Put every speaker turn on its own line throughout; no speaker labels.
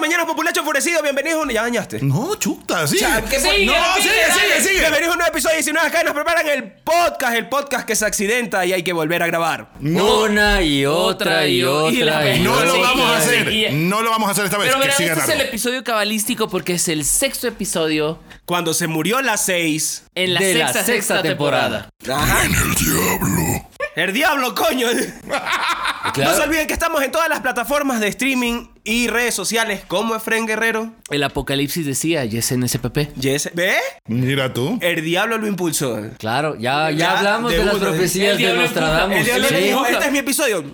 Mañanas Populacho Enfurecido. Bienvenidos a un... Ya dañaste.
No, chuta, sí.
que sigue,
no, sigue,
sigue, dale.
sigue, sigue.
Bienvenidos a un nuevo episodio de 19 acá. y Nos preparan el podcast. El podcast que se accidenta y hay que volver a grabar.
No,
Una y otra y otra.
Y la
y
no
no
lo
sé,
vamos a
no sé,
hacer.
y-
No lo vamos a hacer esta vez.
Pero
que
verán,
siga
este es el
largo.
episodio cabalístico porque es el sexto episodio
Cuando se murió la 6.
en la
de
sexta,
la sexta temporada.
El diablo, coño. No se
Claro.
olviden que estamos en todas las plataformas de streaming y redes sociales como Efren Guerrero.
El apocalipsis decía, yes en SPP.
Yes. ¿Ve?
Mira tú.
El diablo lo impulsó.
Claro, ya, ya,
Ya,
hablamos
de
de, las
uno, de-
profecías
El
de
diablo
Nostradamus.
El diablo
Sí.
le dijo,
Sí.
este es mi episodio.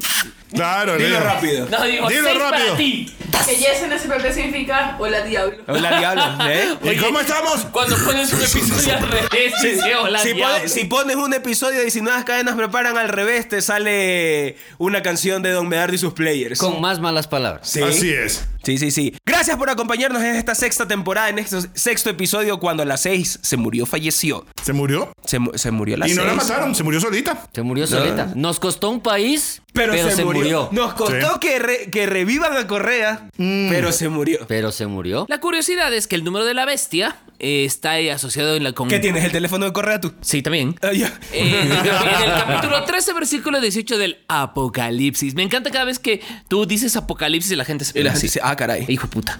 Claro,
Dilo
Leo.
rápido.
No, digo,
Dilo
seis
rápido.
para ti.
Que yes en SPP significa hola diablo.
Hola, diablo. ¿eh?
¿Y cómo estamos?
Cuando pones un episodio al revés, dice, hola,
si,
diablo.
pones, si pones un episodio de 19 cadenas preparan al revés, te sale una canción de Don Medardo y sus players.
Con más malas palabras.
Sí.
Así es.
Sí, sí, sí. Gracias por acompañarnos en esta sexta temporada, en este sexto episodio, cuando la 6 se murió, falleció.
Se murió.
Se, mu- se murió la
Y
6.
no la mataron, se murió solita.
Se murió solita. Nos costó un país, pero, se, murió.
Nos costó
Sí.
que, re- que revivan a Correa, pero se murió.
Pero se murió.
La curiosidad es que el número de la bestia eh, está eh, asociado en la con...
¿Qué tienes? ¿El teléfono de Correa tú?
Sí, también.
Ah, ya.
Eh, en el capítulo 13, versículo 18 del Apocalipsis. Me encanta cada vez que tú dices Apocalipsis y la gente se
Y
pone
la gente
así.
dice, ah, caray.
Hijo de puta.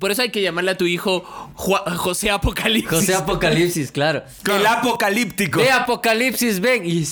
Por eso hay que llamarle a tu hijo Ju- José Apocalipsis.
José Apocalipsis, claro.
El apocalíptico.
De Apocalipsis, ven. Y...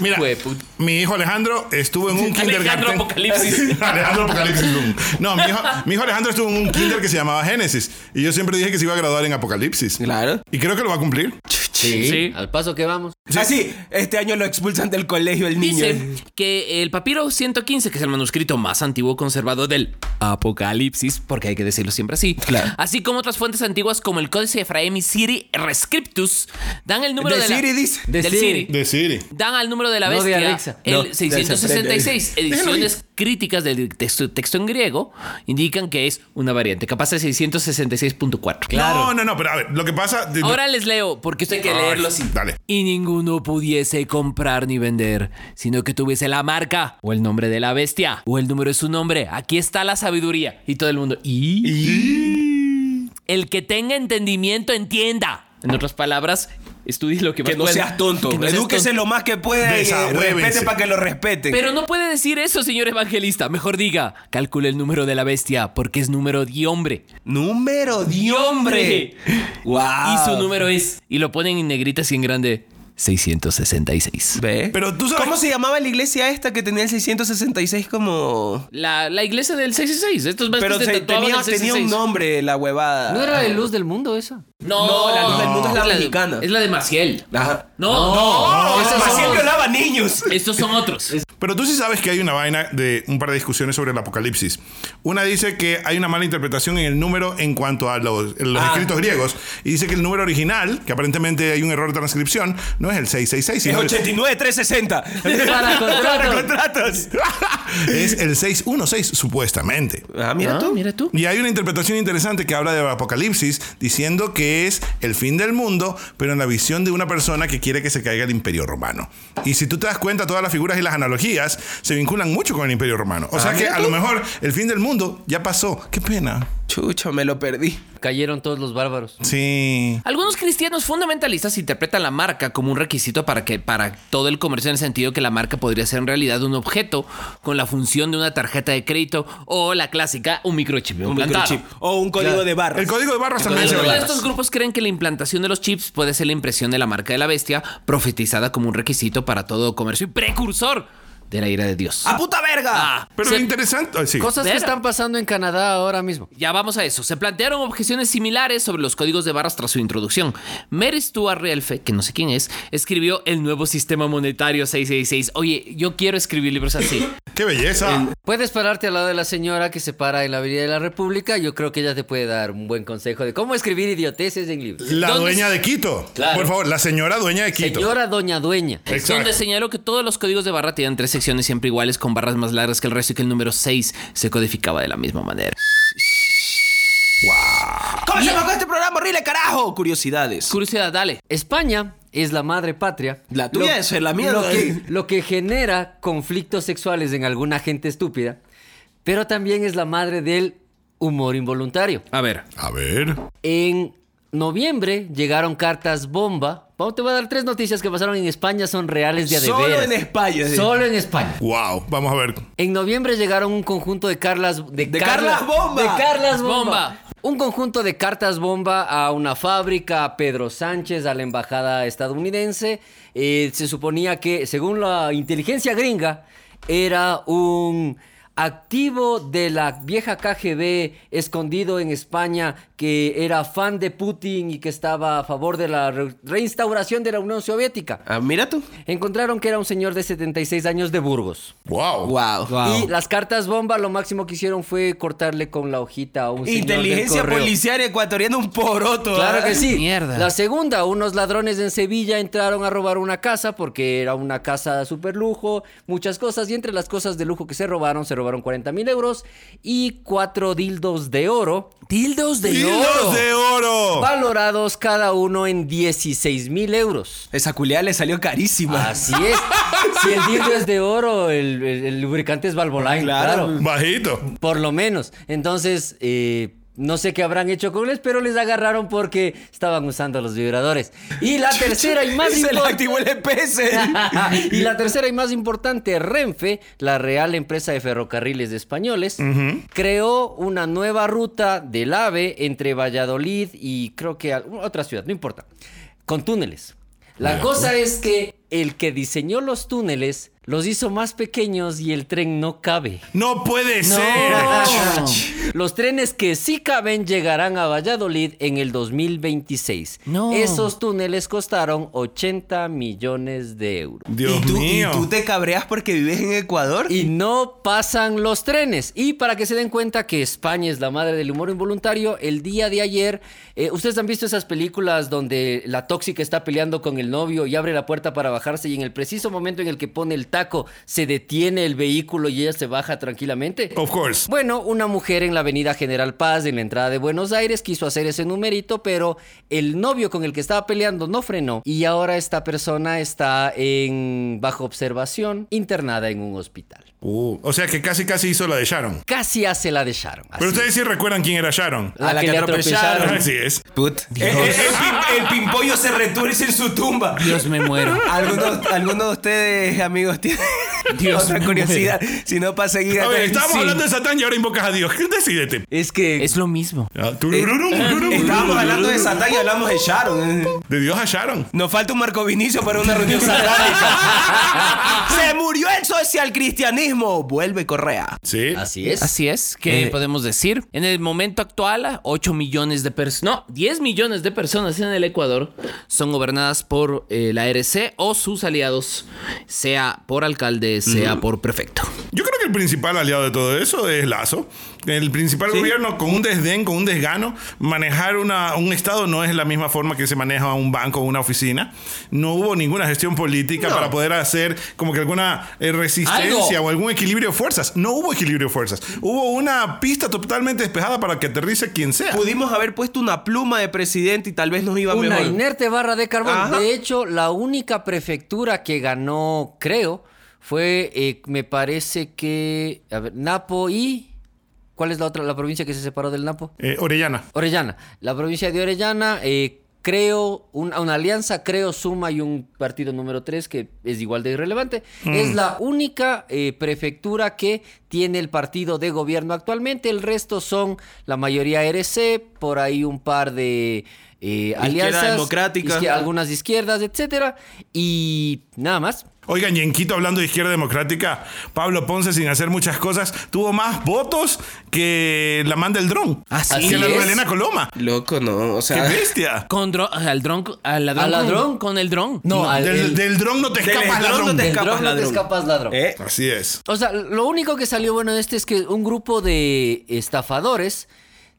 Mira,
Fue puta.
mi hijo Alejandro estuvo en un
Alejandro
kindergarten.
Apocalipsis.
Alejandro Apocalipsis. Boom. No, mi hijo, mi hijo Alejandro estuvo en un kinder que se llamaba Génesis. Y yo siempre dije que se iba a graduar en Apocalipsis.
Claro.
Y creo que lo va a cumplir.
Sí,
Sí.
Al paso que vamos.
Así, este año lo expulsan del colegio el niño.
Dice que el papiro 115, que es el manuscrito más antiguo conservado del Apocalipsis, porque hay que decirlo siempre así,
Claro.
así como otras fuentes antiguas como el Códice Efraim y Siri Rescriptus, dan el número
De
de, la-
Siri dice.
De
del
Siri.
Siri.
De Siri.
dan al número de la
No de
bestia
Alexa.
el
No,
666. Ediciones críticas del texto, texto en griego indican que es una variante, capaz de 666.4.
No, no, no, pero a ver, lo que pasa. de-
Ahora les leo, porque esto hay que
Ay,
leerlo así.
dale.
Y ninguno pudiese comprar ni vender, sino que tuviese la marca, o el nombre de la bestia, o el número de su nombre. Aquí está la sabiduría. Y todo el mundo. Y. El que tenga entendimiento, entienda. En otras palabras, estudie lo que más
Que no
pueda.
seas tonto.
Que no seas
Edúquese
tonto.
lo más que pueda y eh,
Desahuévense.
respete para que lo respeten.
Pero no puede decir eso, señor evangelista. Mejor diga, calcule el número de la bestia, porque es número de hombre.
Número de hombre. Wow.
Y su número es. Y lo ponen en negritas y en grande. 666.
¿Ve?
Pero tú sabes-
¿Cómo se llamaba la iglesia esta que tenía el 666 como.
La, la iglesia del 666. Estos más
Pero
que se
se-
tatuaban
tenía,
el 666.
tenía un nombre la huevada.
¿No era de luz del mundo esa?
No,
No, la luz del mundo es la
de-
mexicana.
es la de Maciel.
Ajá.
No, no.
No,
esos
Maciel
son-
violaba niños.
Estos son otros.
Pero tú sí sabes que hay una vaina de un par de discusiones sobre el apocalipsis. Una dice que hay una mala interpretación en el número en cuanto a los, los
Ah.
escritos griegos. Y dice que el número original, que aparentemente hay un error de transcripción, no es el 666,
Es
sino el-
89360.
Para
Para
contrato.
contratos.
es el 616, supuestamente.
Ah, mira
Ah,
tú.
mira tú.
Y hay una interpretación interesante que habla del apocalipsis, diciendo que es el fin del mundo, pero en la visión de una persona que quiere que se caiga el imperio romano. Y si tú te das cuenta, todas las figuras y las analogías se vinculan mucho con el imperio romano. O sea que a lo mejor el fin del mundo ya pasó. Qué pena.
Chucho, me lo perdí.
Cayeron todos los bárbaros.
Sí.
Algunos cristianos fundamentalistas interpretan la marca como un requisito para que para todo el comercio en el sentido que la marca podría ser en realidad un objeto con la función de una tarjeta de crédito o la clásica un microchip
Un
implantado.
microchip. O un código de barras.
El código de barras también se
Algunos
ve.
de estos grupos creen que la implantación de los chips puede ser la impresión de la marca de la bestia profetizada como un requisito para todo comercio y precursor de la ira de Dios.
¡A puta verga!
Ah,
Pero
se-
lo interesante. ay, sí.
Cosas que
Vera.
están pasando en Canadá ahora mismo.
Ya vamos a eso. Se plantearon objeciones similares sobre los códigos de barras tras su introducción. Mary Stuart Realfe, que no sé quién es, escribió el nuevo sistema monetario 666. Oye, yo quiero escribir libros así.
Qué belleza.
Puedes pararte al lado de la señora que se para en la Avenida de la República. Yo creo que ella te puede dar un buen consejo de cómo escribir idioteces en libros.
La
¿Dónde
dueña
es-
de Quito.
Claro.
Por favor, la señora dueña de Quito.
Señora Doña Dueña.
Exacto.
Donde señaló que todos los códigos de barra tenían tres secciones siempre iguales con barras más largas que el resto y que el número 6 se codificaba de la misma manera.
¿Cómo se llama este programa horrible, carajo? Curiosidades.
Curiosidad, dale.
España es la madre patria.
La tuya es la mía.
Lo que, lo que genera conflictos sexuales en alguna gente estúpida, pero también es la madre del humor involuntario.
A ver.
A ver.
En noviembre llegaron cartas bomba. Vamos, te voy a dar tres noticias que pasaron en España, son reales de a de
Solo
veras.
en España, sí.
Solo en España.
Wow. Vamos a ver.
En noviembre llegaron un conjunto de Carlas de,
De
Carla-
Carlas Bomba.
De Carlas Bomba.
Bomba.
Un conjunto de cartas bomba a una fábrica, a Pedro Sánchez, a la embajada estadounidense. Eh, se suponía que, según la inteligencia gringa, era un activo de la vieja KGB escondido en España que era fan de Putin y que estaba a favor de la re- reinstauración de la Unión Soviética.
Ah, mira tú.
Encontraron que era un señor de 76 años de Burgos.
Wow.
Wow.
Wow.
Y las cartas bomba lo máximo que hicieron fue cortarle con la hojita a un señor del
Inteligencia
correo.
policial ecuatoriana, un poroto.
Claro
¿ah?
que sí.
Mierda.
La segunda, unos ladrones en Sevilla entraron a robar una casa porque era una casa de super lujo, muchas cosas. Y entre las cosas de lujo que se robaron, se robaron 40 mil euros y cuatro dildos de oro.
Tildos de
¡Hilos de oro!
Valorados cada uno en 16 mil euros.
Esa culiada le salió carísima.
Así es. si el dildo es de oro, el, el- el lubricante es Valvoline.
Claro.
claro.
Bajito.
Por lo menos. Entonces, eh, no sé qué habrán hecho con ellos, pero les agarraron porque estaban usando los vibradores. Y la tercera y más
Se le
import-
activó el E EPS.
y la tercera y más importante, Renfe, la Real Empresa de Ferrocarriles de Españoles, creó una nueva ruta del AVE entre Valladolid y creo que al- otra ciudad, no importa, con túneles. La cosa es que el que diseñó los túneles los hizo más pequeños y el tren no cabe.
No puede ser.
Los trenes que sí caben llegarán a Valladolid en el 2026.
No.
Esos túneles costaron 80 millones de euros.
Dios
¿Y, tú, y
mío.
tú te cabreas porque vives en Ecuador?
Y no pasan los trenes. Y para que se den cuenta que España es la madre del humor involuntario, el día de ayer, eh, ustedes han visto esas películas donde la tóxica está peleando con el novio y abre la puerta para bajarse y en el preciso momento en el que pone el taco se detiene el vehículo y ella se baja tranquilamente.
Of course.
Bueno, una mujer en la avenida General Paz, en la entrada de Buenos Aires, quiso hacer ese numerito, pero el novio con el que estaba peleando no frenó. Y ahora esta persona está en bajo observación, internada en un hospital.
Uh, o sea que casi casi hizo la de Sharon.
Casi hace la de Sharon. así.
Pero ustedes sí recuerdan quién era Sharon.
La
A la
que
que
le
atropellaron.
atropellaron.
Así es.
Put. Eh, eh, el, pim- el pimpollo se retuerce en su tumba.
Dios me muero.
¿Alguno, alguno de ustedes, amigos, tiene
Dios
otra
me
curiosidad? Si no, para seguir
A
acá.
ver, estábamos
Sí.
hablando de Satán y ahora invocas a Dios. ¿Qué Decídete.
Es que
Es lo mismo.
Ah, turururum, turururum,
Estábamos
turururum.
hablando de Satán y hablamos de Sharon. eh.
De Dios a Sharon.
Nos falta un Marco Vinicio para una reunión satánica. Se murió el social cristianismo. Vuelve Correa.
Sí.
así es.
Así es, ¿qué
Eh,
podemos decir? En el momento actual, 8 millones de personas, no, 10 millones de personas en el Ecuador son gobernadas por eh, la RC o sus aliados, sea por alcalde, sea por prefecto.
Yo creo que el principal aliado de todo eso es Lazo. El principal gobierno, con un desdén, con un desgano, manejar una- un Estado no es la misma forma que se maneja un banco o una oficina. No hubo ninguna gestión política para poder hacer como que alguna eh, resistencia
Algo.
o algún equilibrio de fuerzas. No hubo equilibrio de fuerzas. Hubo una pista totalmente despejada para que aterrice quien sea.
Pudimos haber puesto una pluma de presidente y tal vez nos iba
Una
mejor.
inerte barra de carbón.
Ajá.
De hecho, la única prefectura que ganó, creo, fue, eh, me parece que, a ver, Napo y... ¿Cuál es la otra, la provincia que se separó del Napo?
Eh, Orellana.
Orellana. La provincia de Orellana, eh, creo, un- una alianza, creo, suma y un partido número 3 que es igual de irrelevante.
Mm.
Es la única eh, prefectura que tiene el partido de gobierno actualmente. El resto son la mayoría RC, por ahí un par de eh, alianzas.
Democrática.
izquier- algunas de izquierdas, etcétera. Y nada más.
Oigan, y en Quito, hablando de izquierda democrática, Pablo Ponce, sin hacer muchas cosas, tuvo más votos que la manda el dron.
Así
que la
es.
Elena Coloma.
Loco, no. O
¡Qué
sea,
bestia!
Con dron, al dron, al ladrón,
¿Al
con-
ladrón?
con el dron.
No, al-
del,
el-
del dron no te
Del
escapas,
dron no
ladrón.
te
del
escapas,
dron no te
ladrón.
escapas, ladrón.
¿eh?
Así es.
O sea, lo único que salió bueno de este es que un grupo de estafadores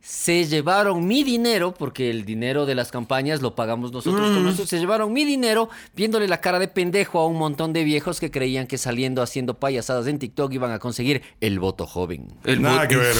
se llevaron mi dinero, porque el dinero de las campañas lo pagamos nosotros
Mm.
con nosotros, se llevaron mi dinero viéndole la cara de pendejo a un montón de viejos que creían que saliendo haciendo payasadas en TikTok iban a conseguir el voto joven.
El
Nada
bot-
que ver.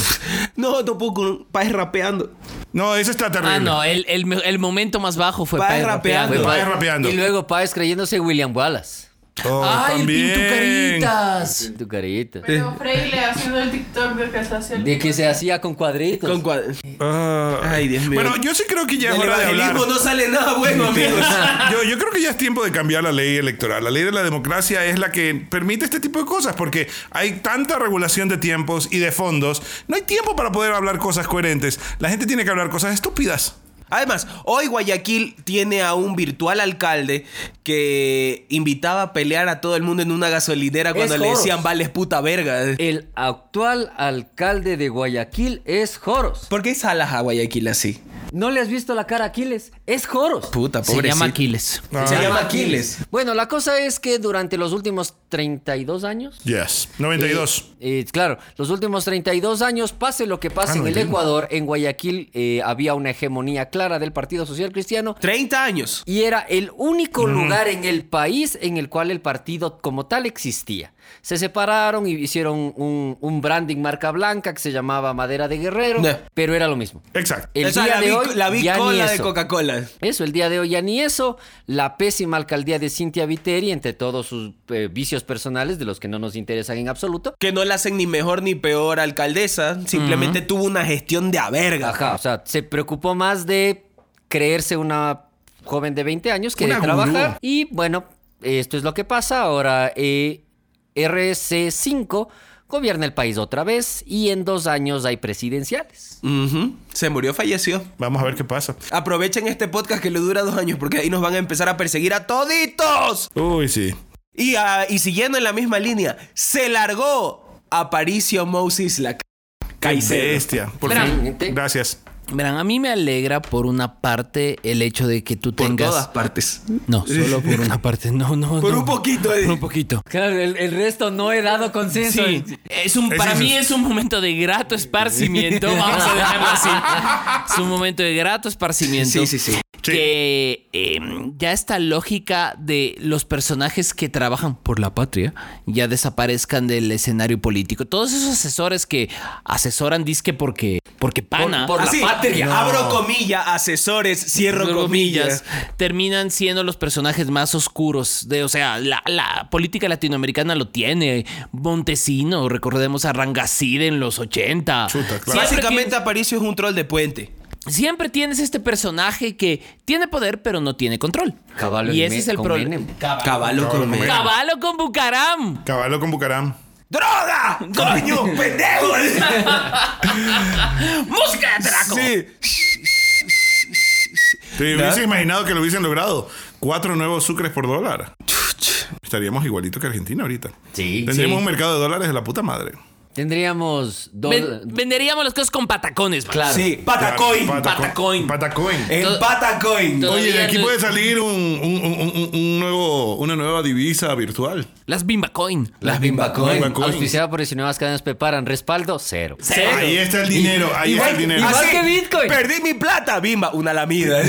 No, tampoco. Paes rapeando.
No, eso está terrible.
Ah, no, el, el- el momento más bajo fue
Páez
Páez
rapeando.
rapeando.
Páez rapeando.
Y luego Páez creyéndose William Wallace.
Oh,
¡Ay, el
también.
pintucaritas!
Tu carita.
Pero Freile haciendo el TikTok de que se hace el-
De que se hacía con cuadritos.
Con cuad-
Ah.
Ay, Dios mío.
Bueno, yo sí creo que ya es
Del
hora de hablar. Pues,
evangelismo no sale nada bueno, amigos.
Yo, yo creo que ya es tiempo de cambiar la ley electoral. La ley de la democracia es la que permite este tipo de cosas, porque hay tanta regulación de tiempos y de fondos. No hay tiempo para poder hablar cosas coherentes. La gente tiene que hablar cosas estúpidas.
Además, hoy Guayaquil tiene a un virtual alcalde que invitaba a pelear a todo el mundo en una gasolinera cuando le
Joros.
decían vales puta verga.
El actual alcalde de Guayaquil es Joros.
¿Por qué salas a Guayaquil así?
¿No le has visto la cara a Aquiles? Es Joros.
Puta,
Se
pobrecito.
llama Aquiles.
Se
Ah.
llama Aquiles.
Bueno, la cosa es que durante los últimos 32 años.
Yes. 92.
eh, eh, claro, los últimos 32 años, pase lo que pase
Ah, no,
en el
entiendo.
Ecuador, en Guayaquil eh, había una hegemonía clara del Partido Social Cristiano
30 años.
y era el único lugar en el país en el cual el partido como tal existía. Se separaron y hicieron un, un branding marca blanca que se llamaba Madera de Guerrero,
No.
pero era lo mismo.
Eh,
Exacto.
El
O sea,
día
la
de
vi-
hoy
la vi
ya ni
cola de
eso.
Coca-Cola.
Eso, el día de hoy ya ni eso. La pésima alcaldía de Cintia Viteri, entre todos sus eh, vicios personales, de los que no nos interesan en absoluto.
Que no la hacen ni mejor ni peor alcaldesa. Simplemente tuvo una gestión de a verga.
Ajá, o sea, se preocupó más de creerse una joven de 20 años que
Una
de trabajar. Y bueno, esto es lo que pasa. Ahora eh, RC5 gobierna el país otra vez y en dos años hay presidenciales.
Ujú. Se murió, falleció.
Vamos a ver qué pasa.
Aprovechen este podcast que le dura dos años porque ahí nos van a empezar a perseguir a toditos.
Uy, sí.
Y, ah, y siguiendo en la misma línea, se largó Aparicio Moses la c-
Qué
Caicedo.
bestia. Por
Espera.
fin. Gracias.
Verán, a mí me alegra por una parte el hecho de que tú
Por
tengas.
todas partes.
No, solo por una parte. No, no.
Por
no.
un poquito. eh.
Por un poquito.
Claro, el, resto no he dado consenso.
Sí, es un,
Es
para
eso.
mí es un momento de grato esparcimiento. Vamos a dejarlo así. Es un momento de grato esparcimiento.
Sí, sí, sí.
Sí.
Que eh, ya esta lógica de los personajes que trabajan por la patria ya desaparezcan del escenario político. Todos esos asesores que asesoran disque porque, porque pana.
por la
Así,
patria. No.
Abro comillas, asesores, cierro
Entre
comillas.
terminan siendo los personajes más oscuros. De, o sea, la, la política latinoamericana lo tiene. Montesino, recordemos a Rangasid en los 80.
Chuta, claro.
Siempre
Básicamente Aparicio es un troll de puente.
tienes- siempre tienes este personaje que tiene poder, pero no tiene control.
Caballo
y
y
ese
me-
es el
con
problema.
Menem.
Caballo con
Menem.
Menem.
Caballo con Bucaram.
Caballo con Bucaram.
¡Droga! ¡Coño! ¡Pendejo!
¡Música de Draco!
Sí.
¿Te hubiese imaginado que lo hubiesen logrado? Cuatro nuevos sucres por dólar. Estaríamos igualito que Argentina ahorita.
Sí,
Tendríamos
sí.
un mercado de dólares de la puta madre.
Tendríamos dos...
Ven- venderíamos las cosas con patacones, man.
Claro.
Sí, Patacoin.
Claro,
Patacoin.
Patacoin.
Eh,
En Patacoin.
Todo-
Oye, de
Todavía
aquí
no-
puede salir un, un- un- un- un nuevo, una nueva divisa virtual.
Las Bimba Coin.
Las Bimbacoin.
Bimbacoin.
Auspiciada por 19 cadenas preparan respaldo cero.
Ahí está el dinero, ahí está el dinero.
igual- que Bitcoin.
Perdí mi plata, bimba, una lamida.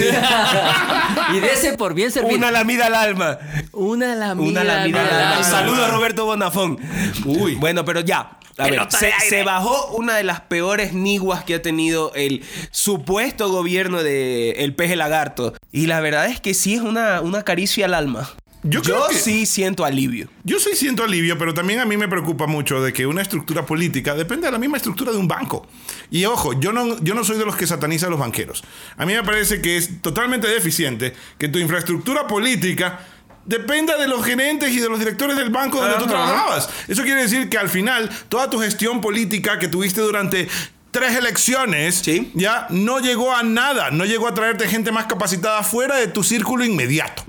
Y de ese por bien servido.
una lamida al alma.
Una lamida.
Una lamida al alma.
alma.
Saludos a Roberto Bonafón.
Uy.
Bueno, pero ya. A ver,
Pelota
se,
de aire.
se bajó una de las peores niguas que ha tenido el supuesto gobierno de el peje lagarto. Y la verdad es que sí es una, una caricia al alma.
Yo creo que-
sí siento alivio.
Yo sí siento alivio, pero también a mí me preocupa mucho de que una estructura política depende de la misma estructura de un banco. Y ojo, yo no, yo no soy de los que sataniza a los banqueros. A mí me parece que es totalmente deficiente que tu infraestructura política dependa de los gerentes y de los directores del banco donde tú trabajabas. Eso quiere decir que al final toda tu gestión política que tuviste durante... Tres elecciones,
Sí.
ya no llegó a nada, no llegó a traerte gente más capacitada fuera de tu círculo inmediato.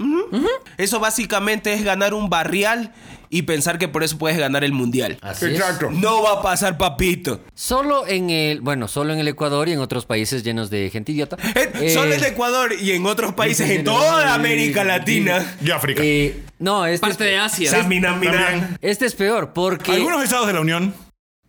Eso básicamente es ganar un barrial y pensar que por eso puedes ganar el mundial.
Así es.
No va a pasar, papito.
Solo en el, bueno, solo en el Ecuador y en otros países llenos de gente idiota.
Eh,
Eh,
Solo en Ecuador y en otros países en toda América Latina.
Y África.
eh, no, este
Parte de
es,
O
Asia.
sea, mina, mina.
También.
este es peor porque
Algunos estados de la Unión.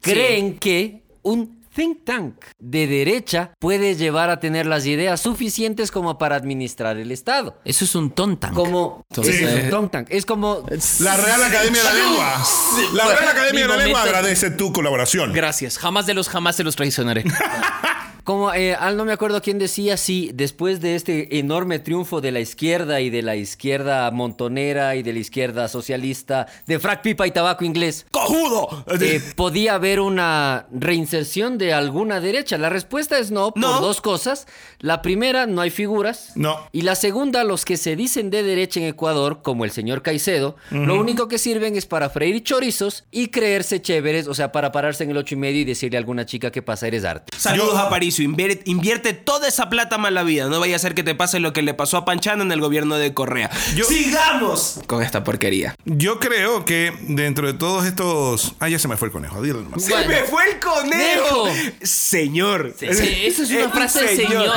creen que un think tank de derecha puede llevar a tener las ideas suficientes como para administrar el Estado.
Eso es un tontan.
Como
Sí.
es, un think tank. es como
La Real Academia de la Lengua. La Real Academia de
Mi
la Lengua
momento-
agradece tu colaboración.
Gracias. Jamás de los jamás se los traicionaré.
Como eh, al no me acuerdo quién decía, sí, después de este enorme triunfo de la izquierda y de la izquierda montonera y de la izquierda socialista, de frac pipa y tabaco inglés,
¡Cojudo!
eh, ¿podía haber una reinserción de alguna derecha? La respuesta es no, por
No.
dos cosas. La primera, no hay figuras.
No.
Y la segunda, los que se dicen de derecha en Ecuador, como el señor Caicedo, lo único que sirven es para freír chorizos y creerse chéveres, o sea, para pararse en el ocho y medio y decirle a alguna chica que pasa eres arte.
Saludos
Yo-
a Paricio. Invierte, invierte toda esa plata mala vida. No vaya a ser que te pase lo que le pasó a Panchana en el gobierno de Correa.
Yo-
¡Sigamos! Con esta porquería.
Yo creo que dentro de todos estos. Ah, ya se me fue el conejo. Dilo nomás.
¡Se me fue el conejo!
Conejo.
Señor.
Sí, eso es
Eh,
una frase del señor.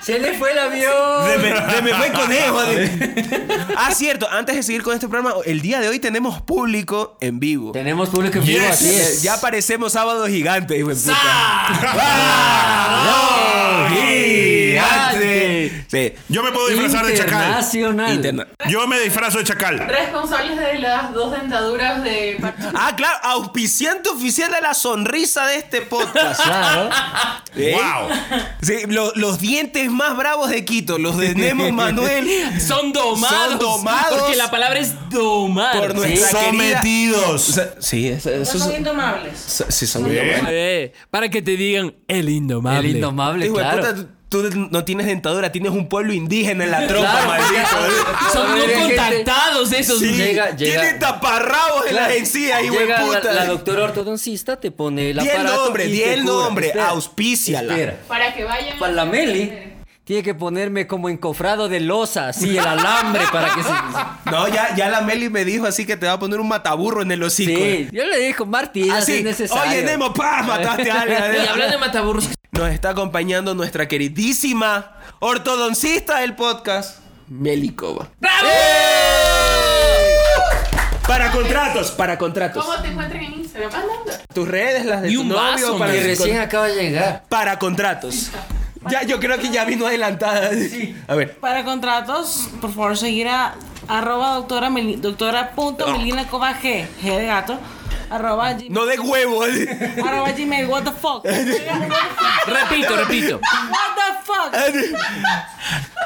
¡Se le fue el avión!
De me, de me fue el conejo. de- Ah, cierto. Antes de seguir con este programa, el día de hoy tenemos público en vivo.
Tenemos público en vivo,
Yes.
así
Eh,
es.
Ya aparecemos sábado gigante, hijo de puta.
gigante!
Sí.
Yo me puedo disfrazar de chacal.
Internacional.
Interna-
Yo me disfrazo de chacal.
Responsables de las dos dentaduras de Panchito.
Ah, claro, auspiciante oficial de la sonrisa de este podcast.
Claro.
¿Eh?
¡Wow!
Sí, lo- los dientes más bravos de Quito, los de Nemo Manuel,
Son domados.
Son domados.
Porque la palabra es domar.
por nuestra querida- O
Sometidos.
sea, Sí, eso,
No
eso-
son indomables.
so- sí, son
Bien.
indomables.
Eh, para que te digan el indomable.
El indomable,
Hijo de
claro.
puta, tú, tú no tienes dentadura, tienes un pueblo indígena en la trompa,
Claro.
maldito. ¿eh?
Ah, Son
Mira,
no
Ah, gente.
contactados esos.
Sí.
men.
Llega- llega-
Tienen taparrabos en las encías, hijo de
Llega la,
puta.
la doctora ortodoncista, te pone el
Di el
aparato
nombre,
y
di
te
el
cura.
nombre,
Espera,
auspíciala.
Espera.
Para que vayan.
Para la Meli, tiene que ponerme como encofrado de losa, así el alambre para que se.
No, ya, ya la Meli me dijo así que te va a poner un mataburro en el hocico.
Sí, yo le digo, Martín, así
Así,
es necesario.
Ah, oye Nemo, pa, mataste a alguien.
Y hablando de mataburros,
Nos está acompañando nuestra queridísima ortodoncista del podcast, Melikova.
¡Bravo!
Para contratos, para contratos.
¿Cómo te encuentran en Instagram? Mándalo.
Tus redes, las de
Y
tu
un
novio,
vaso,
para,
Que
man.
recién acaba de llegar.
para contratos. Ya, yo creo que ya vino adelantada. A ver.
Para contratos, por favor, seguir a arroba doctora, Meli- doctora punto Melina Cova G, G de gato, arroba, gmail-
No de huevo.
arroba gmail, what the fuck, what
Repito, repito.
the fuck,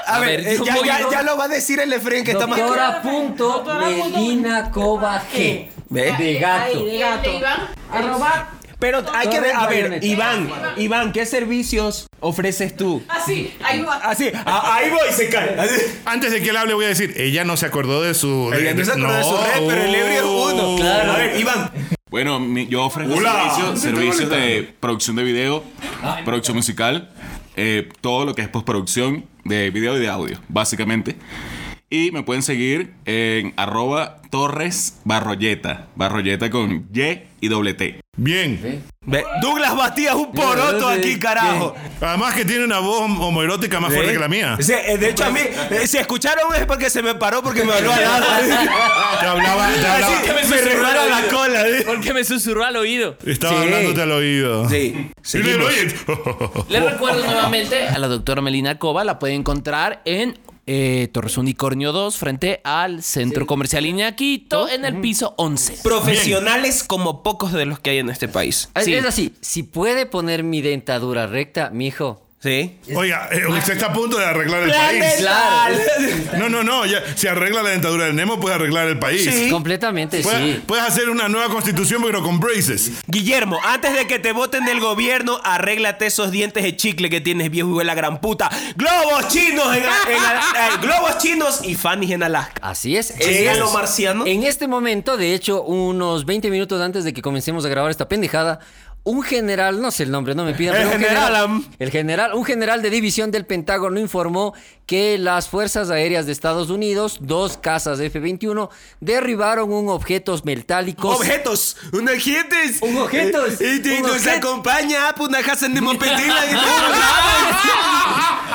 A
A
ver,
ver,
eh,
yo
ya,
voy-
ya- ya lo va a decir el Efren que está más...
Doctora punto
Doctora punto
Melina Cova G.
Ve.
De
Ahí,
gato.
de
¿Y el
gato,
de Iván?
arroba,
Pero hay que...
Torres
A ver,
Bayoneta.
Iván, Iván, ¿qué servicios ofreces tú?
Así, Ah, ahí va.
Así, a- ahí voy, se cae. Así.
Antes de que él hable, voy a decir: ella no se acordó de su.
Ella no se acordó de su red, pero el ebrio es uno.
Claro.
A ver, Iván.
Bueno, mi- yo ofrezco
Hola.
servicios,
Sí, estoy
servicios de producción de video, producción musical, eh, todo lo que es postproducción de video y de audio, básicamente. Y me pueden seguir en arroba torres barroyeta, barroyeta con Y y doble T.
Bien.
Ve, Douglas Batías, un poroto
yo sé
aquí, carajo.
Además que tiene una voz homoerótica más fuerte
¿Eh?
que la mía.
Sí, eh, de hecho, a mí, eh, si escucharon es porque se me paró porque me habló al lado.
Te Ah, hablaba, te hablaba-
Así que me, me resbaló la cola. ¿eh?
Porque me susurró al oído.
Estaba
Sí.
hablándote al oído.
Sí.
Y le
seguimos.
digo, "Oye".
Les recuerdo nuevamente a la doctora Melina Cova, la pueden encontrar en eh, Torres Unicornio 2 frente al Centro Comercial Iñaquito en el piso 11.
Profesionales como pocos de los que hay en este país.
Es-
Sí.
Es así, si puede poner mi dentadura recta, mijo.
Sí.
Oiga, eh, usted está a punto de arreglar el
Plan
país.
dental.
No, no, no. Ya, si arregla la dentadura del Nemo, puede arreglar el país.
Sí.
Completamente
Puede-
sí.
Puedes hacer una nueva constitución, pero con braces.
Guillermo, antes de que te voten del gobierno, arréglate esos dientes de chicle que tienes viejo hijo de la gran puta. Globos chinos en, en- eh, globos chinos y Fanny en Alaska.
Así es.
Llega
Es-
lo marciano.
En este momento, de hecho, unos 20 minutos antes de que comencemos a grabar esta pendejada, un general, no sé el nombre, no me pidan,
El
pero un
general, am.
el general, un general de división del Pentágono informó que las fuerzas aéreas de Estados Unidos, dos casas F-21, derribaron un objeto metálico.
Objetos, un objetos.
Un objetos,
Y te-
un
nos
objet-
acompaña pues, una casa de Mopetila.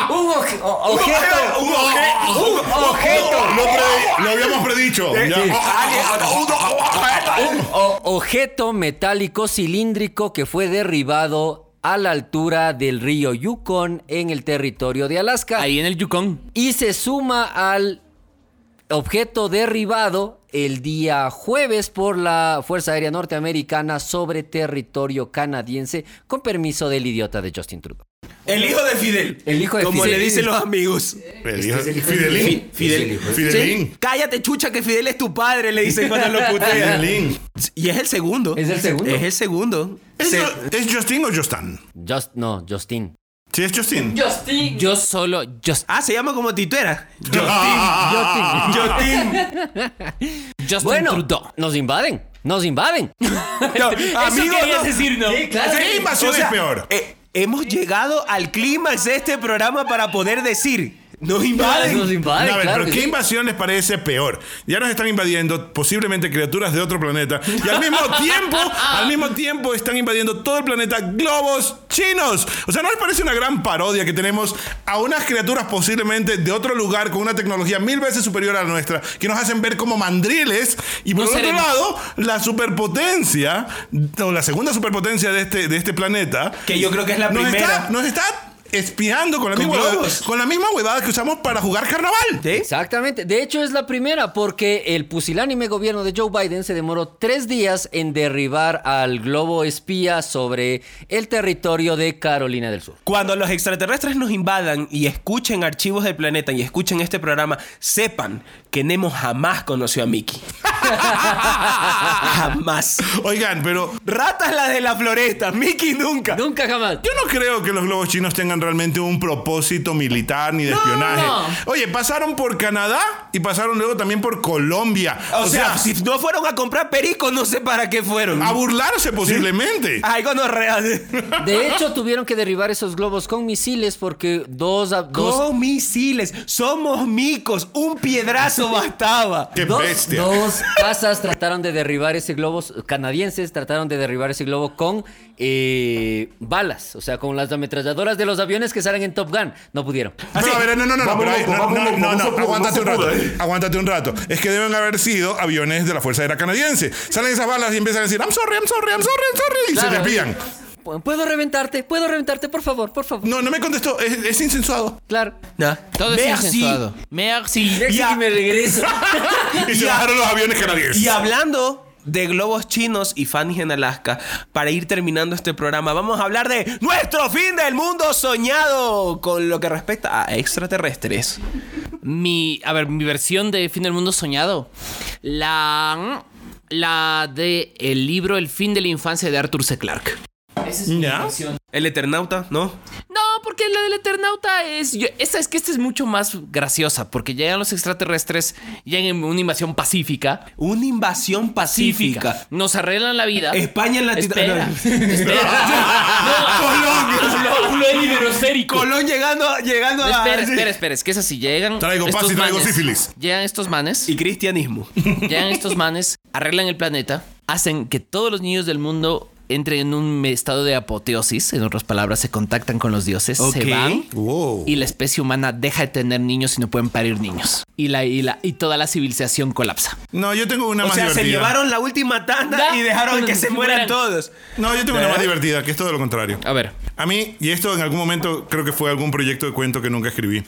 un oje- Ah, o- objeto.
Un objeto. Un objeto.
Oh, Lo, pre- lo habíamos predicho. Ya. Oh,
Un o- objeto metálico cilíndrico que fue derribado a la altura del río Yukon en el territorio de Alaska.
Ahí en el Yukon.
y se suma al objeto derribado el día jueves por la Fuerza Aérea Norteamericana sobre territorio canadiense con permiso del idiota de Justin Trudeau.
El hijo de Fidel.
El hijo de
Como
Fidel.
le dicen los amigos.
El hijo- Fidelín.
Fidel.
Fidelín.
Sí, Cállate, chucha, que Fidel es tu padre, le dicen cuando lo putean.
Fidelín.
Y es el segundo.
¿Es el segundo?
Es el segundo.
¿Es,
Se-
Ju- es Justin o Justin?
Just, no, Justin.
Sí, es Justin.
Justin.
Yo solo. Just,
Ah, se llama como tituera.
Ah,
Jotín.
Justin
Bueno,
Trudeau.
nos invaden, nos invaden.
No,
Eso
amigo,
querías
no.
decir, ¿no?
¿Qué invasión
O sea,
es peor?
eh, hemos llegado al clímax de este programa para poder decir, nos
Nos
invaden.
invaden,
No, a ver,
claro.
pero
que
¿qué
sí.
invasión les parece peor? Ya nos están invadiendo posiblemente criaturas de otro planeta y al mismo tiempo, al mismo tiempo están invadiendo todo el planeta globos chinos. O sea, ¿no les parece una gran parodia que tenemos a unas criaturas posiblemente de otro lugar con una tecnología mil veces superior a la nuestra que nos hacen ver como mandriles y por
No
otro
seremos.
lado la superpotencia o la segunda superpotencia de este de este planeta
Que yo creo que es la
nos
primera.
está, nos está espiando con la,
Con
misma huevada,
globos.
con la misma huevada que usamos para jugar carnaval.
¿Sí?
Exactamente. De hecho, es la primera porque el pusilánime gobierno de Joe Biden se demoró tres días en derribar al globo espía sobre el territorio de Carolina del Sur.
Cuando los extraterrestres nos invadan y escuchen archivos del planeta y escuchen este programa, sepan que Nemo jamás conoció a Mickey. jamás.
Oigan, pero
Ratas la de la floresta, Mickey nunca.
Nunca jamás.
yo no creo que los globos chinos tengan realmente un propósito militar ni de espionaje. Oye, pasaron por Canadá y pasaron luego también por Colombia.
O, sea, si no fueron a comprar perico, no sé para qué fueron.
a burlarse posiblemente.
Algo no real.
De hecho, tuvieron que derribar esos globos con misiles porque dos, a- dos,
Con misiles, somos micos, un piedrazo bastaba.
Qué
dos,
bestia.
dos casas trataron de derribar ese globo, canadienses trataron de derribar ese globo con eh, balas, o sea, con las ametralladoras de los aviones que salen en Top Gun. No pudieron.
Ah,
Pero, a ver, no, no, no, no,
Vamos,
pero ahí- no,
vamos,
no,
vamos,
no,
vamos,
no,
vamos,
aguántate un
vamos,
rato,
vamos.
aguántate un rato. Es que deben haber sido aviones de la Fuerza Aérea Canadiense. Salen esas balas y empiezan a decir, I'm sorry, I'm sorry, I'm sorry, I'm sorry, y se
Claro.
desvían.
Pu- Puedo reventarte, puedo reventarte, por favor, por favor.
No, no me contestó, es, es insensuado.
Claro.
No.
Todo
Ve
es
así.
consensuado. Merci.
Ya.
me regreso.
Y se bajaron los aviones canadienses.
Y hablando de globos chinos y Fanny en Alaska, para ir terminando este programa, vamos a hablar de nuestro fin del mundo soñado con lo que respecta a extraterrestres.
mi, a ver, mi versión de Fin del Mundo Soñado. La, la de el libro El fin de la infancia de Arthur C. Clarke.
¿Ya?
El Eternauta, ¿no?
No, porque la del Eternauta es. yo- esta es que esta es mucho más graciosa, porque llegan los extraterrestres, llegan en una invasión pacífica.
Una invasión pacífica.
Nos arreglan la vida.
España en
Espera,
Latinoamérica.
espera. Colón, Colón hidrosférico.
Colón llegando, llegando a.
Espera, espera, espera, es que es así, llegan
Traigo paz y traigo
manes,
sífilis.
Llegan estos manes
Y cristianismo.
Llegan estos manes, arreglan el planeta, hacen que todos los niños del mundo entren en un estado de apoteosis, en otras palabras, se contactan con los dioses,
Ok.
se van
Wow.
y la especie humana deja de tener niños y no pueden parir niños. Y, la, y, la, y toda la civilización colapsa.
No, yo tengo una
O
más
sea, se
divertida.
llevaron la última tanda
Da.
y dejaron que
Que
se mueran
mueran.
todos.
No, yo tengo una más
¿Eh?
divertida, que es todo lo contrario.
Ah.
A ver,
A mí, y esto en algún momento creo que fue algún proyecto de cuento que nunca escribí.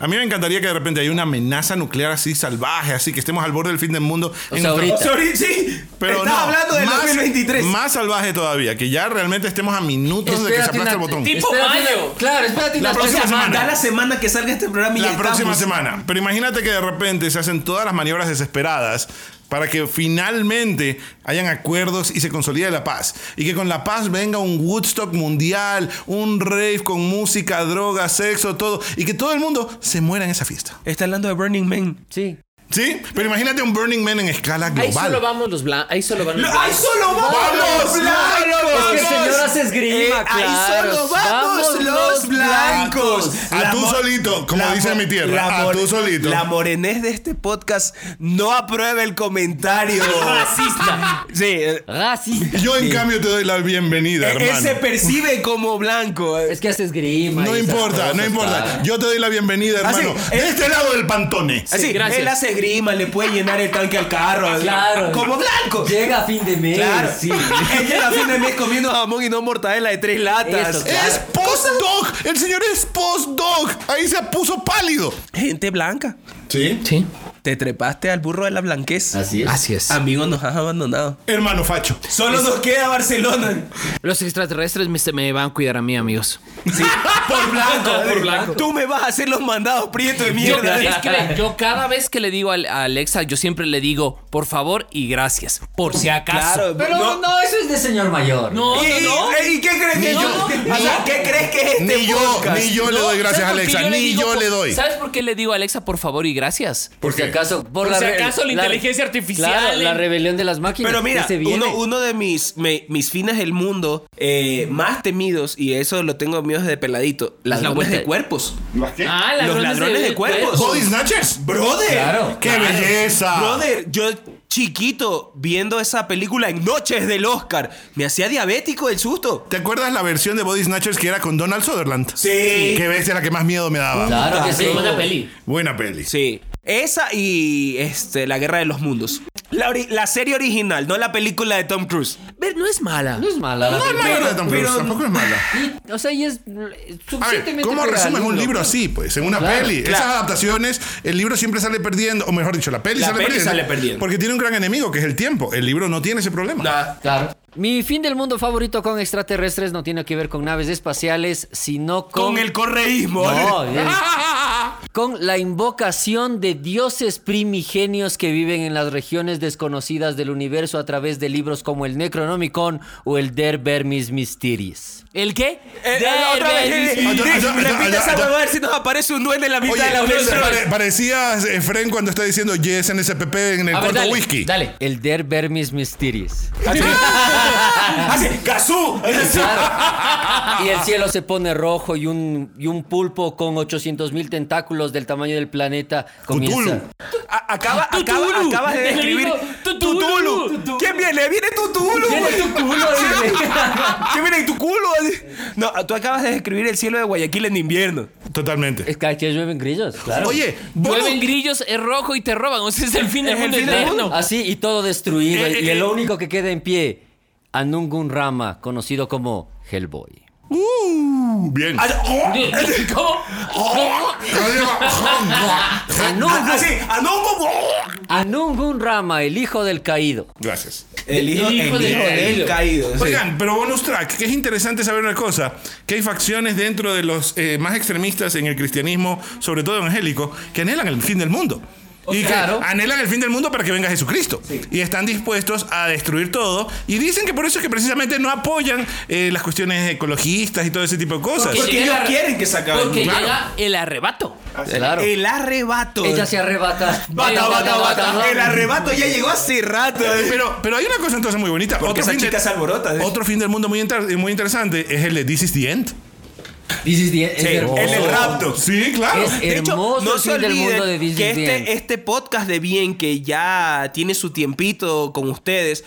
A mí me encantaría que de repente haya una amenaza nuclear así salvaje, así que estemos al borde del fin del mundo.
O sea, ahorita.
Sorry, sí,
Pero
estás
no,
hablando del
más-
2023.
Más salvaje todavía, que ya realmente estemos a minutos de que se
Espérate
aplaste el
una-
botón.
Tipo
espérate
mayo.
una- Claro, espérate
La
una
próxima
espera-
semana.
Da la semana que salga este programa y
La
ya
próxima
estamos.
semana. Pero imagínate que de repente se hacen todas las maniobras desesperadas para que finalmente hayan acuerdos y se consolide la paz. Y que con la paz venga un Woodstock mundial, un rave con música, droga, sexo, todo. Y que todo el mundo se muera en esa fiesta.
Está hablando de Burning Man.
Sí.
¿Sí? Pero imagínate un Burning Man en escala
ahí solo
global.
vamos los blancos. Ahí solo van los
¡Ahí
blancos.
solo vamos!
¡Vamos,
¡Los blancos!
Es que el señor hace esgrima,
Eh, ¡Ahí solo
claro.
vamos,
Vamos
los
los
blancos!
blancos.
A
La
tú
mo-
solito, como
la
dice
mo-
mi
la
tierra. A
mor-
tú solito.
La morenés de este podcast no aprueba el comentario.
Racista.
sí, eh,
Racista.
Yo en cambio te doy la bienvenida,
él se
hermano.
percibe como blanco.
Es que hace esgrima.
No
y esas
importa,
cosas,
no importa.
claro.
Yo te doy la bienvenida,
Ah, sí,
hermano.
eh.
De este lado del pantone.
Así,
gracias.
él hace grima, le puede llenar el tanque al carro.
Claro.
Como blanco.
Llega a fin de mes.
Claro.
Sí.
Ella a fin de mes comiendo jamón y no mortadela de tres latas.
Eso,
Es postdoc. El señor es postdoc. Ahí se puso pálido.
Gente blanca.
Sí.
Sí.
Te trepaste al burro de la blanquez.
Así es.
Así es.
Amigos, nos has abandonado.
Hermano Facho.
Solo nos queda Barcelona.
Los extraterrestres me, se- me van a cuidar a mí, amigos.
Sí, por blanco, por blanco. Tú me vas a hacer los mandados prieto de
Yo,
mierda.
es que ve, yo cada vez que le digo al- a Alexa, yo siempre le digo, por favor y gracias. Por si acaso.
Claro,
Pero no. eso es de señor mayor.
No,
¿Y,
no, no.
y- y qué crees que
No,
yo?
no,
o sea, ¿qué crees que es este
Ni yo,
podcast?
ni yo le doy gracias a
¿sabes por qué
Alexa, ni
digo
yo
por-
le doy.
¿Sabes por qué le digo a Alexa por favor y gracias?
Por si acaso, por,
Por si
re-
acaso la inteligencia artificial,
Claro, la
el-
rebelión de las máquinas.
Pero mira,
que se viene.
uno, uno de mis, me- mis fines del mundo eh, más temidos, y eso lo tengo miedo desde peladito, las
la
ladrones
vuelta.
de cuerpos.
Ah,
Los ladrones de cuerpos.
Body snatchers.
¡Brother!
Claro.
¡Qué belleza!
Brother, yo chiquito, viendo esa película en Noches del Oscar, me hacía diabético del susto.
¿Te acuerdas la versión de Body Snatchers que era con Donald Sutherland?
Sí.
Qué bestia la que más miedo me daba.
Claro que
Sí,
sí.
buena peli.
Buena peli.
Sí. Esa y este, La Guerra de los Mundos. La, ori- la serie original, no la película de Tom Cruise.
Ver, no es mala.
No es mala la
La
película.
verdad, Tom Cruise, tampoco es mala.
Y, o sea, y es mm,
A ver,
suficientemente.
¿cómo
pegadizo.
resumes un libro así? Pues en una
Claro,
peli.
claro.
Esas adaptaciones, el libro siempre sale perdiendo, o mejor dicho, la peli,
La
sale,
peli
perdiendo,
sale perdiendo.
Porque tiene un gran enemigo, que es el tiempo. El libro no tiene ese problema.
Nah.
Claro. Mi fin del mundo favorito con extraterrestres no tiene que ver con naves espaciales, sino con.
Con el correísmo. Eh,
No, es- Con la invocación de dioses primigenios que viven en las regiones desconocidas del universo a través de libros como el Necronomicon o el Der Vermis Mysteries.
¿El qué?
Eh,
Der
otra vez,
Vermis.
eh,
Ah, ya,
eh,
ya, ya,
repite
ya,
esa
ya.
huevada, a ver si nos aparece un duende en la mitad
Oye,
de la
pare-
audiencia.
parecías eh, Fren cuando está diciendo yes en SPP en el
A ver,
corto
dale,
whisky.
Dale.
El Der Vermis Mysteries.
Así, ¡Gazú!
Y el cielo se pone rojo y un, y un pulpo con 800 mil tentáculos del tamaño del planeta comienza.
Cthulhu.
A- acaba- acaba-
Tutulu.
acabas de
Te lo
describir
digo, Tutulu.
Tutulu. ¿Quién viene? Viene Tutulu. güey. ¿Quién viene tu culo? No, tú acabas de describir el cielo de Guayaquil en invierno.
Totalmente.
Es que aquí llueven grillos, claro.
Oye, vos
Vuelven
no-
grillos, es rojo y te roban. O sea, es el fin del
Es el
mundo
fin del
eterno.
mundo.
Así y todo destruido.
Eh, eh,
y
eh.
el único que queda en pie, Anungun Rama, conocido como Hellboy.
Uh, bien.
Ah,
¿Cómo?
Ah,
Anungun,
Así, a no como.
Anungun Rama, el hijo del caído.
Gracias.
El hijo,
El hijo
el
del
hijo del
caído.
caído. sí.
Oigan, pero bonus track, que es interesante saber una cosa, que hay facciones dentro de los eh, más extremistas en el cristianismo, sobre todo evangélico, que anhelan el fin del mundo.
Oh,
Y que
claro.
anhelan el fin del mundo para que venga Jesucristo. Y están dispuestos a destruir todo. Y dicen que por eso es que precisamente no apoyan eh, las cuestiones ecologistas y todo ese tipo de cosas.
Porque
llega
ellos
la-
quieren que se acabe. el
Porque
mundo.
llega el arrebato.
Claro.
El arrebato.
Ella se arrebata.
Bata, bata, bata. El
Ella-
arrebato ya llegó hace rato.
Pero, pero hay una cosa entonces muy bonita.
Porque esa
fin
chica
del-
se alborota. ¿eh?
otro fin del mundo muy, inter- muy interesante es el de This is the End. Oh.
This is the- es
Sí,
hermoso.
en el rapto.
Sí, claro.
Es-
De hecho,
Hermoso
no
el
se
fin del
olviden
mundo de Disney
que
Bien.
este, este podcast de Bien, que ya tiene su tiempito con ustedes,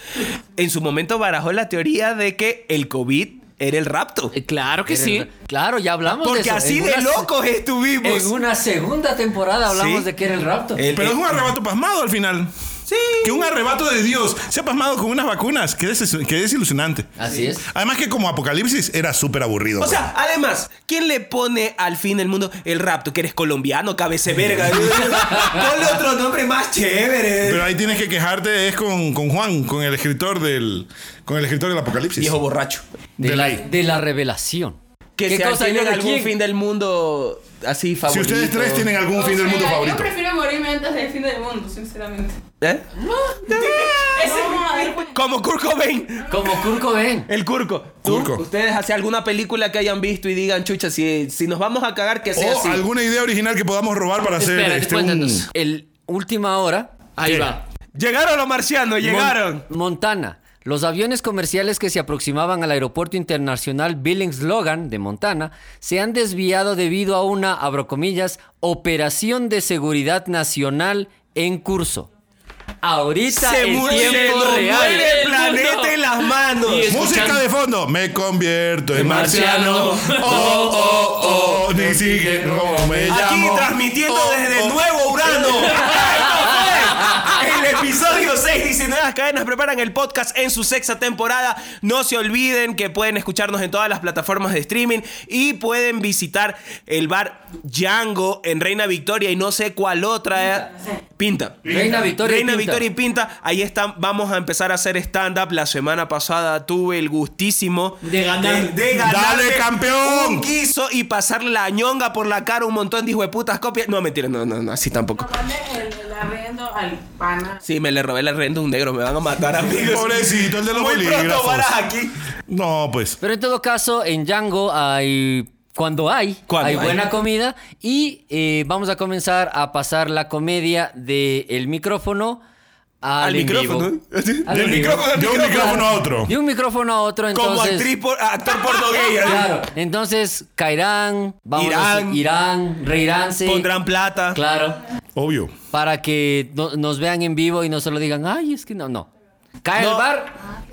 en su momento barajó la teoría de que el COVID era el rapto.
Eh, Claro que sí.
Claro, ya hablamos de
Porque
eso.
así
En
de
una-
locos estuvimos.
En una segunda temporada hablamos
Sí. Eh,
de que era el rapto.
El-
Pero
el-
es un arrebato pasmado al final.
Sí.
Que un arrebato de Dios sea pasmado con unas vacunas. Qué, deses- qué desilusionante.
Así es.
Además que como Apocalipsis era súper aburrido.
O sea, además, ¿quién le pone al fin del mundo el rapto? Que eres colombiano, cabece verga. Ponle otro nombre más chévere.
pero ahí tienes que quejarte es con, con Juan, con el escritor del con el escritor del Apocalipsis.
Viejo borracho.
De,
de
la,
la-
de la revelación.
Que
¿Qué
se
cosa
tienen
viene
algún
aquí?
fin del mundo así
si
favorito.
ustedes tres tienen algún
O
fin del
sea,
mundo
Yo
favorito.
prefiero morirme antes del fin del mundo, sinceramente.
¿Eh?
Ese es mi
pues,
Como Kurt Cobain.
Como Kurt Cobain.
El Curco. ¿Tú?
Curco.
¿Ustedes hace alguna película que hayan visto y digan, chucha, si, si nos vamos a cagar, que sea
O
así?
alguna idea original que podamos robar para hacer
Espera,
este,
cuéntanos.
El última hora.
Ahí va.
Llegaron los marcianos, llegaron.
Mon- Montana. Los aviones comerciales que se aproximaban al aeropuerto internacional Billings Logan de Montana se han desviado debido a una, abro comillas, operación de seguridad nacional en curso. Ahorita
Se
en
muere, se
tiempo
nos
real.
muere el
El mundo.
planeta en las manos.
Y es-
Música
Escuchando-
de fondo. Me convierto en marciano. Oh, oh, oh. Ni sigue robo. Me
Aquí
llamo.
transmitiendo
Oh,
desde
oh.
Nuevo Urano. Esto fue el episodio 619 las cadenas preparan el podcast en su sexta temporada. No se olviden que pueden escucharnos en todas las plataformas de streaming y pueden visitar el bar Django en Reina Victoria y no sé cuál otra. Pinta.
Reina Victoria y
Reina
Pinta.
Victoria y Pinta. Ahí están. Vamos a empezar a hacer stand-up. La semana pasada tuve el gustísimo
De ganar.
de ganarle
¡Dale, campeón!
Un guiso y pasarle la ñonga por la cara a un montón de hijo de putas copias. No, mentira, no, no, no, así tampoco.
Dale el, el arriendo al pana.
Sí, me le robé la renta a un negro, me van a matar amigos.
Pobrecito, el de los
Muy pronto
bolígrafos.
varas aquí.
No, pues.
Pero en todo caso, en Django hay. Cuando hay,
Cuando
hay
hay.
buena comida. Y eh, vamos a comenzar a pasar la comedia del micrófono al,
Al
en vivo.
micrófono. ¿eh?
Al
Del
en vivo.
micrófono al
De un micrófono a otro.
De un micrófono a otro, entonces.
Como actriz por, actor ¿eh? portugués.
Claro. Entonces, caerán, vamos
Irán.
Irán, reiránse.
Pondrán plata.
Claro.
Obvio.
Para que no- nos vean en vivo y no solo digan, ay, es que no, no. Cae
No. Ah.
el bar,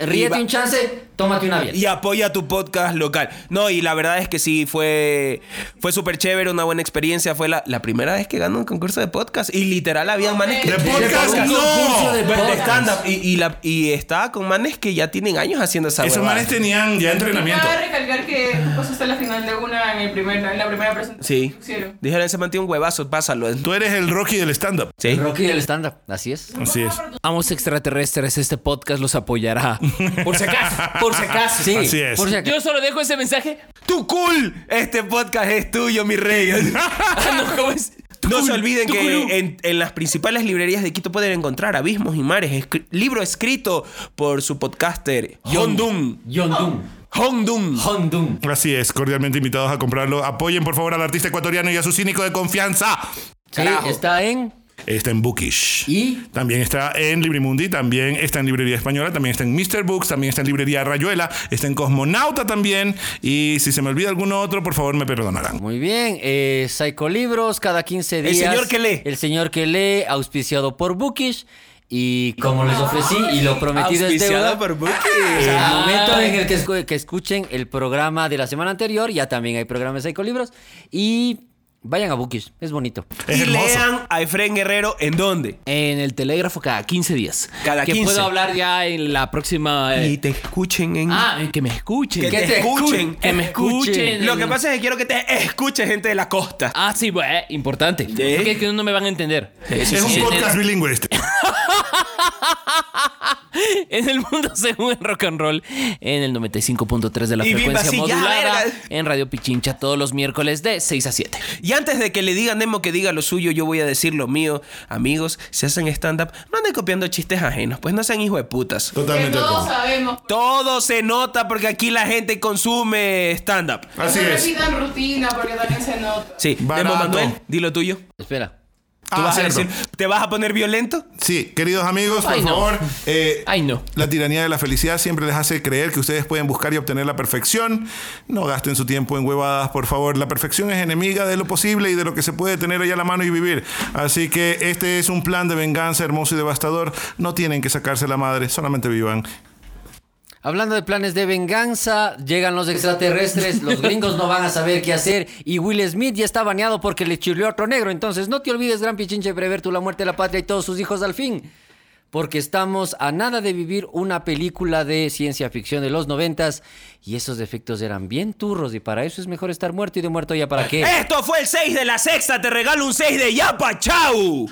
ríete
Y va-
un chance, tómate una bien.
Y apoya tu podcast local. No, y la verdad es que sí, fue, fue súper chévere, una buena experiencia. Fue la, la primera vez que ganó un concurso de podcast. Y literal habían manes que...
¡De podcast,
un concurso
no!
de-
Bueno, Pues, de
podcast.
stand-up. Y, y, la- y estaba con manes que ya tienen años haciendo esa
Esos
huevada.
manes tenían ya entrenamiento.
Cabe recalcar que tú pasaste la final de una en, el primer, en la primera presentación.
Sí.
que hicieron.
Dijeron, se mantiene un huevazo, pásalo.
Tú eres el Rocky del stand-up.
Sí.
Rocky del stand-up, así es.
Así es.
Amos extraterrestres, este podcast los apoyará. Por si acaso, por si acaso.
Sí,
Así es.
por si acaso.
Yo solo dejo ese mensaje.
¡Tú cool! Este podcast es tuyo, mi rey.
Ah, no, ¿cómo es?
No se
Tuculu,
olviden
tuculu.
que en, en las principales librerías de Quito pueden encontrar Abismos y Mares, escri- libro escrito por su podcaster John Doom.
Yondum.
Hong Doom.
Hondum.
Así es, cordialmente invitados a comprarlo. Apoyen por favor al artista ecuatoriano y a su cínico de confianza.
Sí,
Carajo.
está en.
Está en Bookish.
Y.
También está en Librimundi, también está en Librería Española, también está en Mr. Books, también está en Librería Rayuela, está en Cosmonauta también. Y si se me olvida alguno otro, por favor me perdonarán.
Muy bien, eh, Psicolibros cada 15 días.
señor que lee.
El señor que lee, auspiciado por Bookish. Y como les ofrecí y lo prometido es deuda.
Auspiciada por Buki.
Al momento
Ay.
en el que, escu- que escuchen el programa de la semana anterior, ya también hay programa de Psicolibros. Y vayan a Bookish, es bonito.
Es
Y
hermoso.
lean a Efren Guerrero en dónde.
En el telégrafo cada 15 días.
Cada
Que
15.
puedo hablar ya en la próxima. eh,
Y te escuchen en.
Ah, que me escuchen.
que, te, escuchen.
Que me escuchen.
Lo que pasa es que quiero que te escuche gente de la costa.
Ah, sí, bueno, eh, importante.
¿Sí?
Porque es que no me van a entender.
Es un podcast bilingüe este.
En el mundo según el rock and roll, en el 95.3 de la
Y viva
frecuencia
así, ya,
modulada,
verga.
en Radio Pichincha todos los miércoles de 6 a 7.
Y antes de que le diga a Nemo que diga lo suyo, yo voy a decir lo mío. Amigos, si hacen stand-up, no anden copiando chistes ajenos, pues no sean hijos de putas.
Que
Totalmente de
todos
acuerdo.
sabemos.
Todo se nota porque aquí la gente consume stand-up.
Así
no
es.
repitan rutina porque también se nota.
Sí, Nemo
Barato.
Manuel, di lo tuyo.
Espera.
¿Tú
Ah,
vas a
cierto.
decir, ¿Te vas a poner violento?
Sí, queridos amigos, por
Ay, no.
favor. eh,
Ay, no.
La tiranía de la felicidad siempre les hace creer que ustedes pueden buscar y obtener la perfección. No gasten su tiempo en huevadas, por favor. La perfección es enemiga de lo posible y de lo que se puede tener allá a la mano y vivir. Así que este es un plan de venganza hermoso y devastador. No tienen que sacarse la madre, solamente vivan.
Hablando de planes de venganza, llegan los extraterrestres, los gringos no van a saber qué hacer y Will Smith ya está baneado porque le chuleó a otro negro. Entonces no te olvides, gran pichinche, prever tú la muerte de la patria y todos sus hijos al fin. Porque estamos a nada de vivir una película de ciencia ficción de los noventas y esos defectos eran bien turros y para eso es mejor
Eh.
estar muerto y de muerto ya para qué.
Esto fue el 6 de la sexta, te regalo un 6 de Yapa, chau.